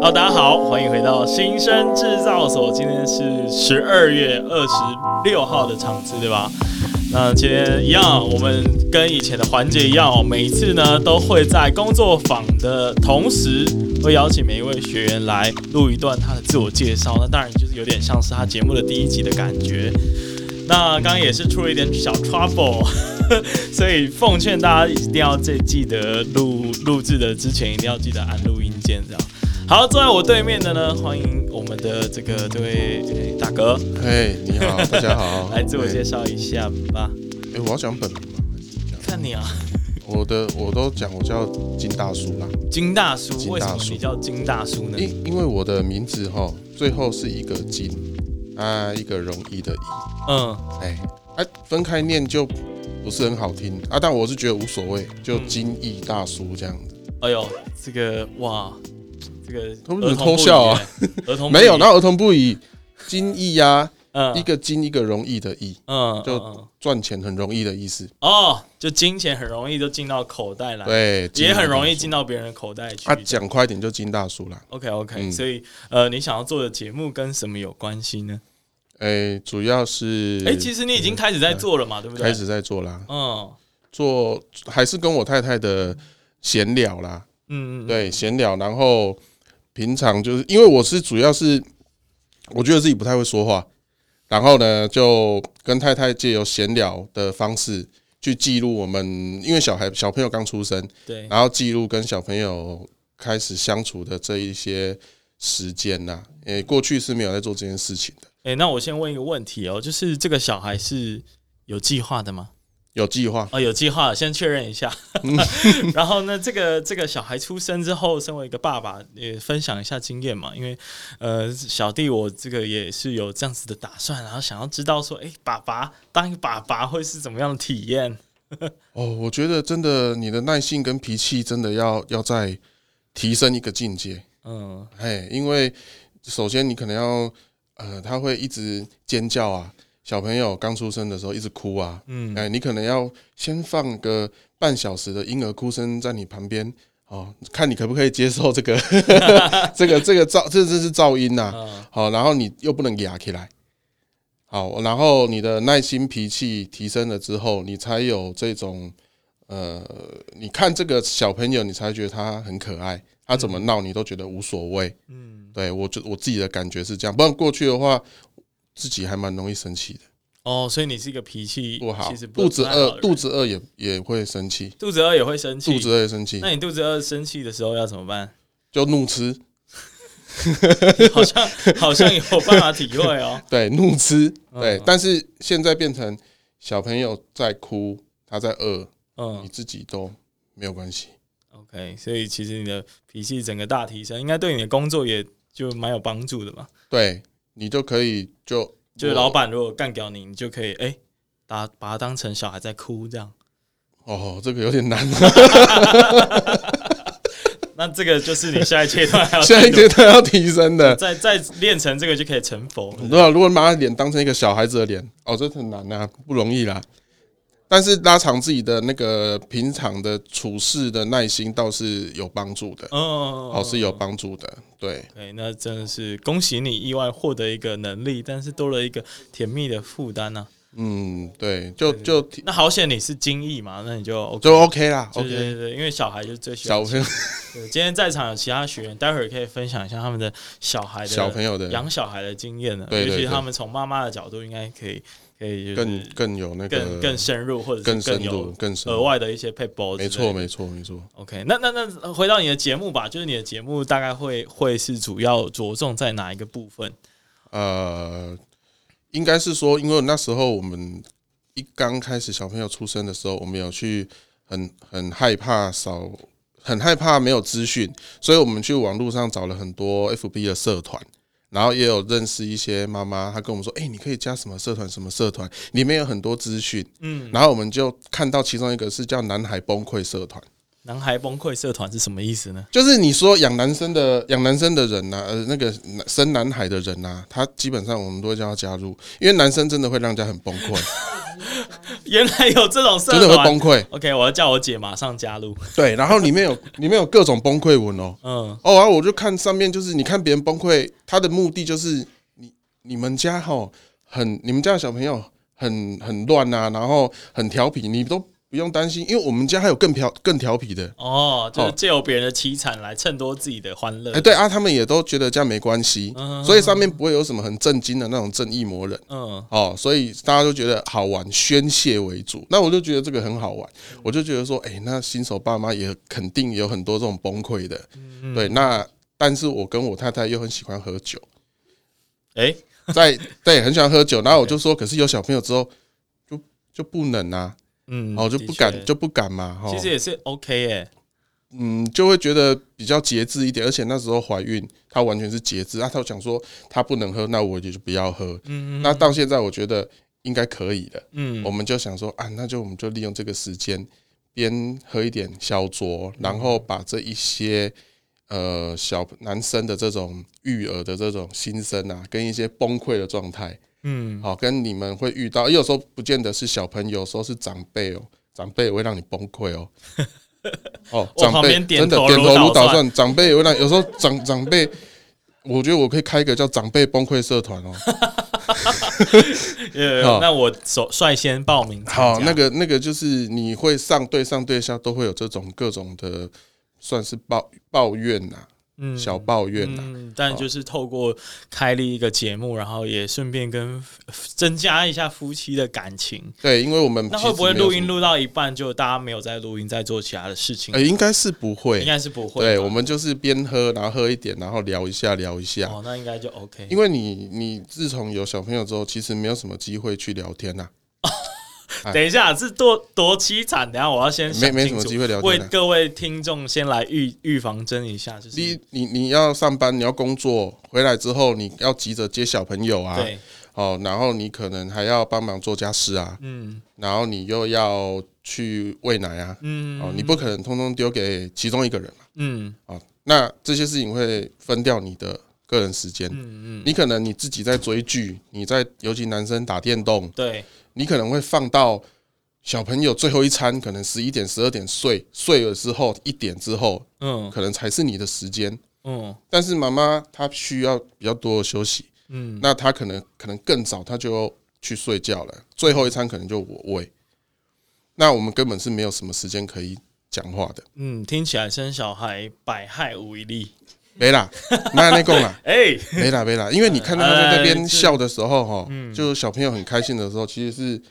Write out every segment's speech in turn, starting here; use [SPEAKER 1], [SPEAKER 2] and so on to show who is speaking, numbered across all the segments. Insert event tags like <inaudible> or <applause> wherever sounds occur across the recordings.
[SPEAKER 1] Hello，大家好，欢迎回到新生制造所。今天是十二月二十六号的场次，对吧？那今天一样，我们跟以前的环节一样、哦，每一次呢都会在工作坊的同时，会邀请每一位学员来录一段他的自我介绍。那当然就是有点像是他节目的第一集的感觉。那刚刚也是出了一点小 trouble，所以奉劝大家一定要这记得录录制的之前一定要记得按录音键这样。好，坐在我对面的呢，欢迎我们的这个这位诶大哥，，
[SPEAKER 2] 哎，你好，大家好
[SPEAKER 1] <laughs> 来自我介
[SPEAKER 2] 绍。
[SPEAKER 1] 绍一下吧。
[SPEAKER 2] 哎，我要讲本名吗？还是讲
[SPEAKER 1] 看你啊，
[SPEAKER 2] 我的我都讲我叫金大叔啦，
[SPEAKER 1] 金大叔，
[SPEAKER 2] 金大叔
[SPEAKER 1] 为什么你叫金大叔呢？
[SPEAKER 2] 因因为我的名字哈，最后是一个金啊，一个容易的易，
[SPEAKER 1] 嗯，
[SPEAKER 2] 哎，啊，分开念就不是很好听啊，但我是觉得无所谓，就
[SPEAKER 1] 嗯
[SPEAKER 2] 金易大叔这样子。
[SPEAKER 1] 哎呦，这个哇，这个
[SPEAKER 2] 他们
[SPEAKER 1] 儿
[SPEAKER 2] 怎么
[SPEAKER 1] 童不宜
[SPEAKER 2] 偷笑啊？
[SPEAKER 1] 儿童不宜
[SPEAKER 2] 没有，那儿童不宜，金易呀，
[SPEAKER 1] <laughs> 嗯
[SPEAKER 2] 一个金一个容易的易，
[SPEAKER 1] 嗯
[SPEAKER 2] 就
[SPEAKER 1] 嗯嗯
[SPEAKER 2] 赚钱很容易的意思。
[SPEAKER 1] 哦，就金钱很容易就进到口袋来，
[SPEAKER 2] 对，啊金
[SPEAKER 1] 啊也很容易
[SPEAKER 2] 大叔
[SPEAKER 1] 进到别人的口袋去
[SPEAKER 2] 啊，。讲快一点就金大叔啦。
[SPEAKER 1] OK OK，
[SPEAKER 2] 嗯
[SPEAKER 1] 所以呃，你想要做的节目跟什么有关系呢？
[SPEAKER 2] 哎，主要是
[SPEAKER 1] 哎，其实你已经开始在做了嘛，对不对？
[SPEAKER 2] 开，始在做啦。
[SPEAKER 1] 嗯
[SPEAKER 2] 做还是跟我太太的闲聊啦，
[SPEAKER 1] 嗯嗯，
[SPEAKER 2] 对，闲聊。然后平常就是因为我是主要是我觉得自己不太会说话，然后呢就跟太太借由闲聊的方式去记录我们，因为小孩小朋友刚出生，
[SPEAKER 1] 对，
[SPEAKER 2] 然后记录跟小朋友开始相处的这一些时间呐。诶，过去是没有在做这件事情的，
[SPEAKER 1] 哎、那我先问一个问题哦，就是这个小孩是有计划的吗？
[SPEAKER 2] 有计划。
[SPEAKER 1] 哦，有计划的，先确认一下。
[SPEAKER 2] 嗯
[SPEAKER 1] <laughs> 然后呢，这个这个小孩出生之后，身为一个爸爸，也分享一下经验嘛，因为呃，小弟我这个也是有这样子的打算，然后想要知道说，哎、爸爸当一个爸爸会是怎么样的体验？
[SPEAKER 2] 哦，我觉得真的，你的耐性跟脾气真的要要再提升一个境界。
[SPEAKER 1] 嗯，
[SPEAKER 2] 哎，因为首先你可能要，呃，他会一直尖叫啊，小朋友刚出生的时候一直哭啊，
[SPEAKER 1] 嗯
[SPEAKER 2] 哎，你可能要先放个半小时的婴儿哭声在你旁边。哦，看你可不可以接受这个， <laughs> 这个这个噪，这这是噪音呐、
[SPEAKER 1] 嗯
[SPEAKER 2] 好，然后你又不能压起来。好，然后你的耐心脾气提升了之后，你才有这种呃，你看这个小朋友，你才觉得他很可爱，他啊怎么闹你都觉得无所谓。
[SPEAKER 1] 嗯，
[SPEAKER 2] 对我就我自己的感觉是这样，不然过去的话，自己还蛮容易生气的，
[SPEAKER 1] 哦，所以你是一个脾气
[SPEAKER 2] 不好
[SPEAKER 1] 其实，不
[SPEAKER 2] 肚子
[SPEAKER 1] 不太好的
[SPEAKER 2] 饿，
[SPEAKER 1] 人
[SPEAKER 2] 肚子饿也也会生气，
[SPEAKER 1] 肚子饿也会生气，
[SPEAKER 2] 肚子饿也生气，
[SPEAKER 1] 那你肚子饿生气的时候要怎么办？ <laughs>
[SPEAKER 2] 就怒吃，
[SPEAKER 1] 好像好像有办法体会哦。
[SPEAKER 2] 对，怒吃，对
[SPEAKER 1] 嗯。
[SPEAKER 2] 但是现在变成小朋友在哭，他在饿，
[SPEAKER 1] 嗯
[SPEAKER 2] 你，自己都没有关系。
[SPEAKER 1] OK，所以其实你的脾气整个大提升，应该对你的工作也就蛮有帮助的吧？
[SPEAKER 2] 对你就可以就
[SPEAKER 1] 就是老板如果干掉你，你就可以哎，把把他当成小孩在哭这样。
[SPEAKER 2] 哦，这个有点难。
[SPEAKER 1] <laughs> 那这个就是你下一阶段
[SPEAKER 2] <laughs>
[SPEAKER 1] 还要
[SPEAKER 2] 下一
[SPEAKER 1] 再努
[SPEAKER 2] 阶段要提
[SPEAKER 1] <laughs>
[SPEAKER 2] 升的，
[SPEAKER 1] 再再练成这个就可以成佛了。
[SPEAKER 2] 如啊果如果把脸当成一个小孩子的脸，哦，这很难啊，不容易啦。但是拉长自己的那个平常的处事的耐心，倒是有帮助的，
[SPEAKER 1] 嗯，
[SPEAKER 2] 哦，是有。帮助的。对，
[SPEAKER 1] 对，那真的是恭喜你意外获得一个能力，但是多了一个甜蜜的负担呢、
[SPEAKER 2] 嗯，对，就就
[SPEAKER 1] 那好险你是精益嘛，那你就 OK。
[SPEAKER 2] 就 OK 啦
[SPEAKER 1] 对对
[SPEAKER 2] ，OK。
[SPEAKER 1] 对对，因为小孩就是最喜欢
[SPEAKER 2] 小朋友
[SPEAKER 1] 对，今天在场有其他学员，待会儿可以分享一下他们的小孩的
[SPEAKER 2] 小朋友的
[SPEAKER 1] 养小孩的经验呢。
[SPEAKER 2] 对对
[SPEAKER 1] 也许
[SPEAKER 2] 对
[SPEAKER 1] 他们从妈妈的角度，应该可以可以就是
[SPEAKER 2] 更更有那
[SPEAKER 1] 更
[SPEAKER 2] 个
[SPEAKER 1] 更深入，或者
[SPEAKER 2] 更
[SPEAKER 1] 是
[SPEAKER 2] 深入
[SPEAKER 1] 有
[SPEAKER 2] 更深
[SPEAKER 1] 额
[SPEAKER 2] 入，
[SPEAKER 1] 外的一些配 a
[SPEAKER 2] 没错没错没错。
[SPEAKER 1] OK，那那那回到你的节目吧，就是你的节目大概会会是主要着重在哪一个部分？
[SPEAKER 2] 呃，应该是说，因为那时候我们一刚开始小朋友出生的时候，我们有去很很害怕少，很害怕没有资讯，所以我们去网络上找了很多 FB 的社团。然后也有认识一些妈妈，她跟我们说：“哎、你可以加什么社团？什么社团里面有很多资讯。”
[SPEAKER 1] 嗯，
[SPEAKER 2] 然后我们就看到其中一个是叫“男孩崩溃社团”，
[SPEAKER 1] 男孩崩溃社团是什么意思呢？ <laughs>
[SPEAKER 2] 就是你说养男生的养男生的人呐、呃，那个男生男孩的人啊呐、他基本上我们都会叫他加入，因为男生真的会让人家很崩溃。
[SPEAKER 1] 原来有这种社
[SPEAKER 2] 真的会
[SPEAKER 1] 团
[SPEAKER 2] 崩。溃。
[SPEAKER 1] OK，我要叫我姐马上加入。
[SPEAKER 2] 对，然后里面有里面有各种崩溃文哦。
[SPEAKER 1] 嗯，
[SPEAKER 2] 哦，然后我就看上面，就是你看别人崩溃，他的目的就是你你们家哈很你们家的小朋友很很乱呐、然后很调皮，你都不用担心，因为我们家还有更调更调皮的。
[SPEAKER 1] 哦，就是借由别人的凄惨来衬托自己的欢乐。
[SPEAKER 2] 哎、对啊，他们也都觉得这样没关系，所以上面不会有什么很震惊的那种正义魔人。
[SPEAKER 1] 嗯，
[SPEAKER 2] 哦，所以大家都觉得好玩，宣泄为主。那我就觉得这个很好玩，我就觉得说，哎、那新手爸妈也肯定有很多这种崩溃的，
[SPEAKER 1] 嗯
[SPEAKER 2] 对。那但是我跟我太太又很喜欢喝酒，
[SPEAKER 1] 哎，
[SPEAKER 2] 在对很喜欢喝酒，然后我就说，可是有小朋友之后就就不能啊，
[SPEAKER 1] 嗯，
[SPEAKER 2] 然后就
[SPEAKER 1] 的
[SPEAKER 2] 不
[SPEAKER 1] 确
[SPEAKER 2] 敢就不哦敢嘛，哈
[SPEAKER 1] 其，实也是 OK 哎、
[SPEAKER 2] 嗯，就会觉得比较节制一点，而且那时候怀孕，她完全是节制啊，她想说她不能喝，那我也就不要喝，
[SPEAKER 1] 嗯
[SPEAKER 2] 那到现在我觉得应该可以了。
[SPEAKER 1] 嗯
[SPEAKER 2] 我们就想说啊，那就我们就利用这个时间，边喝一点小酌，然后把这一些呃小男生的这种育儿的这种心声啊，跟一些崩溃的状态，
[SPEAKER 1] 嗯，
[SPEAKER 2] 好、跟你们会遇到，有时候不见得是小朋友，有时候是长辈哦，长辈也会让你崩溃
[SPEAKER 1] <laughs>
[SPEAKER 2] 哦。哦，
[SPEAKER 1] 我
[SPEAKER 2] 长
[SPEAKER 1] 旁
[SPEAKER 2] 辈
[SPEAKER 1] 边点
[SPEAKER 2] 真的
[SPEAKER 1] 头
[SPEAKER 2] 点
[SPEAKER 1] 如
[SPEAKER 2] 头
[SPEAKER 1] 捣
[SPEAKER 2] 如捣
[SPEAKER 1] 蒜
[SPEAKER 2] 蒜，长辈也会让，有时候长长辈，我觉得我可以开一个叫长辈崩溃社团哦。
[SPEAKER 1] <laughs> 呃、
[SPEAKER 2] 好
[SPEAKER 1] 那我首率先报名参加
[SPEAKER 2] 好，那个那个就是你会上对上对下都会有这种各种的，算是抱抱怨呐、
[SPEAKER 1] 嗯
[SPEAKER 2] 小抱怨啊呐、
[SPEAKER 1] 嗯，但就是透过开立一个节目，然后也顺便跟增加一下夫妻的感情。
[SPEAKER 2] 对，因为我们
[SPEAKER 1] 那
[SPEAKER 2] 其实
[SPEAKER 1] 会不会
[SPEAKER 2] 没有
[SPEAKER 1] 录
[SPEAKER 2] 什
[SPEAKER 1] 音
[SPEAKER 2] 么？
[SPEAKER 1] 录到一半就大家没有在录音，在做其他的事情？
[SPEAKER 2] 呃，应该是不
[SPEAKER 1] 应
[SPEAKER 2] 会。
[SPEAKER 1] 该是不会吧。哦
[SPEAKER 2] 对，我们就是边喝，然后喝一点，然后聊一下聊一下。
[SPEAKER 1] 哦，那应该就 OK。
[SPEAKER 2] 因为你你自从有小朋友之后，其实没有什么机会去聊天呐、啊哎
[SPEAKER 1] 等一下，这多多凄惨！等一下我要先想
[SPEAKER 2] 没没什
[SPEAKER 1] 啊清
[SPEAKER 2] 么
[SPEAKER 1] 楚
[SPEAKER 2] 机会聊
[SPEAKER 1] 为
[SPEAKER 2] 天啊呐、
[SPEAKER 1] 各位听众先来预预防针一下，就是
[SPEAKER 2] 你你你要上班，你要工作，回来之后你要急着接小朋友啊，
[SPEAKER 1] 对，
[SPEAKER 2] 哦，然后你可能还要帮忙做家事啊，
[SPEAKER 1] 嗯
[SPEAKER 2] 然后你又要去喂奶啊，
[SPEAKER 1] 嗯
[SPEAKER 2] 哦，你不可能通通丢给其中一个人嘛。
[SPEAKER 1] 嗯
[SPEAKER 2] 哦，那这些事情会分掉你的个人时间。
[SPEAKER 1] 嗯嗯，
[SPEAKER 2] 你可能你自己在追剧，你在尤其男生打电动，
[SPEAKER 1] 对，
[SPEAKER 2] 你可能会放到小朋友最后一餐，可能十一点、十二点睡，睡了之后一点之后，
[SPEAKER 1] 嗯
[SPEAKER 2] 可能才是你的时间。
[SPEAKER 1] 嗯
[SPEAKER 2] 但是妈妈她需要比较多的休息，
[SPEAKER 1] 嗯，
[SPEAKER 2] 那她可能可能更早她就去睡觉了，最后一餐可能就我喂。那我们根本是没有什么时间可以讲话的。
[SPEAKER 1] 嗯，听起来生小孩百害无一利。
[SPEAKER 2] 没啦，那那讲啦，
[SPEAKER 1] 哎，
[SPEAKER 2] 没啦没啦，因为你看到他在那边笑的时候，哈，就小朋友很开心的时候，其实是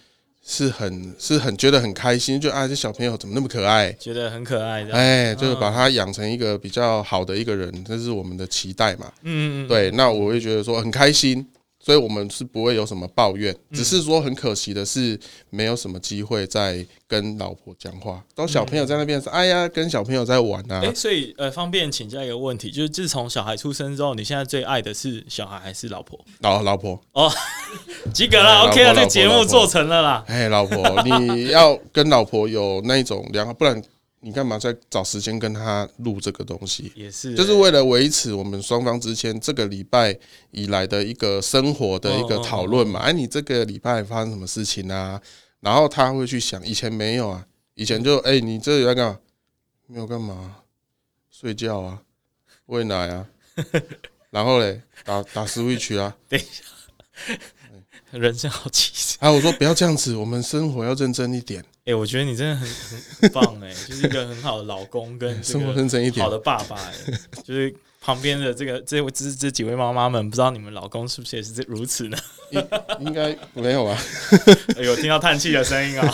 [SPEAKER 2] 是很是很觉得很开心，就啊，这小朋友怎么那么可爱？
[SPEAKER 1] 觉得很可爱的。
[SPEAKER 2] 哎，就是把他养成一个比较好的一个人，这是我们的期待嘛。
[SPEAKER 1] 嗯嗯，嗯，
[SPEAKER 2] 对，那我会觉得说很开心，所以我们是不会有什么抱怨，
[SPEAKER 1] 嗯
[SPEAKER 2] 只是说很可惜的是，没有什么机会再跟老婆讲话。都小朋友在那边说，哎呀，跟小朋友在玩啊
[SPEAKER 1] 哎、，所以呃，方便请教一个问题，就是自从小孩出生之后，你现在最爱的是小孩还是老婆？
[SPEAKER 2] 老老婆。
[SPEAKER 1] 及格了
[SPEAKER 2] 老婆
[SPEAKER 1] ，OK 了，
[SPEAKER 2] 哎老
[SPEAKER 1] 这
[SPEAKER 2] 婆
[SPEAKER 1] 个节目做成了啦。
[SPEAKER 2] 哎，老婆，你要跟老婆有那一种良好，不然你干嘛再找时间跟她录这个东西？
[SPEAKER 1] 也是、哎
[SPEAKER 2] 就是为了维持我们双方之间这个礼拜以来的一个生活的
[SPEAKER 1] 嗯
[SPEAKER 2] 一个讨论嘛。哎，你这个礼拜发生什么事情啊？然后他会去想，以前没有啊，以前就哎，你这里在干嘛？没有干嘛，睡觉啊，喂奶啊，然后嘞，打打 Switch 啊。
[SPEAKER 1] 人生好气质。
[SPEAKER 2] 哎，我说不要这样子，我们生活要认真一点，
[SPEAKER 1] 哎、我觉得你真的很很
[SPEAKER 2] <laughs>
[SPEAKER 1] 棒哎、就是一个很好的老公跟这
[SPEAKER 2] 哎生活
[SPEAKER 1] 个
[SPEAKER 2] 认真一点
[SPEAKER 1] 好。的爸爸、哎，就是旁边的这个这位这这几位妈妈们，不知道你们老公是不是也是这如此呢？
[SPEAKER 2] 应该没有吧？啊
[SPEAKER 1] 哎有听到叹气的声音啊、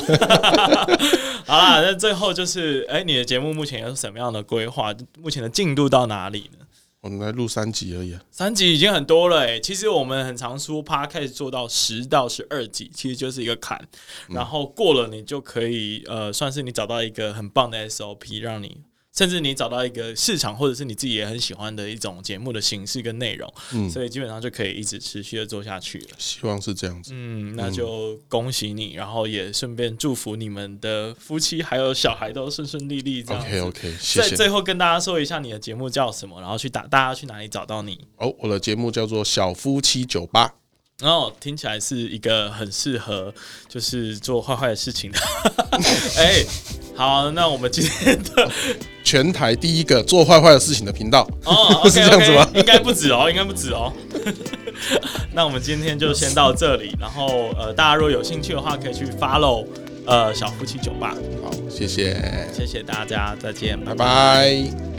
[SPEAKER 1] <laughs> 好啦，那最后就是哎、你的节目目前有什么样的规划？目前的进度到哪里呢？
[SPEAKER 2] 我们来录三集而已、啊。
[SPEAKER 1] 三集已经很多了诶、哎其实我们很常说 podcast 做到十到十二集，其实就是一个坎，然后过了你就可以呃，算是你找到一个很棒的 SOP，让你甚至你找到一个市场或者是你自己也很喜欢的一种节目的形式跟内容，
[SPEAKER 2] 嗯
[SPEAKER 1] 所以基本上就可以一直持续的做下去了。
[SPEAKER 2] 希望是这样子。
[SPEAKER 1] 嗯，那就恭喜你，然后也顺便祝福你们的夫妻还有小孩都顺顺利嗯利这样子。
[SPEAKER 2] OK OK，谢
[SPEAKER 1] 在
[SPEAKER 2] 谢。
[SPEAKER 1] 最后跟大家说一下你的节目叫什么，然后去打大家去哪里找到你。
[SPEAKER 2] 哦，我的节目叫做《小夫妻酒吧》，
[SPEAKER 1] 然后听起来是一个很适合就是做坏坏的事
[SPEAKER 2] <laughs>
[SPEAKER 1] 情的。哎、好，那我们今天
[SPEAKER 2] <laughs>
[SPEAKER 1] 的
[SPEAKER 2] 全台第一个做坏坏的事情的频道。
[SPEAKER 1] 哦
[SPEAKER 2] <laughs> 是这样子
[SPEAKER 1] o
[SPEAKER 2] 吗
[SPEAKER 1] k 应该不止哦，应该不止哦。 <laughs> 那我们今天就先到这里，然后呃，大家如果有兴趣的话，可以去 follow 呃小夫妻酒吧。
[SPEAKER 2] 好，谢谢，
[SPEAKER 1] 谢谢大家，再见，拜拜
[SPEAKER 2] 拜拜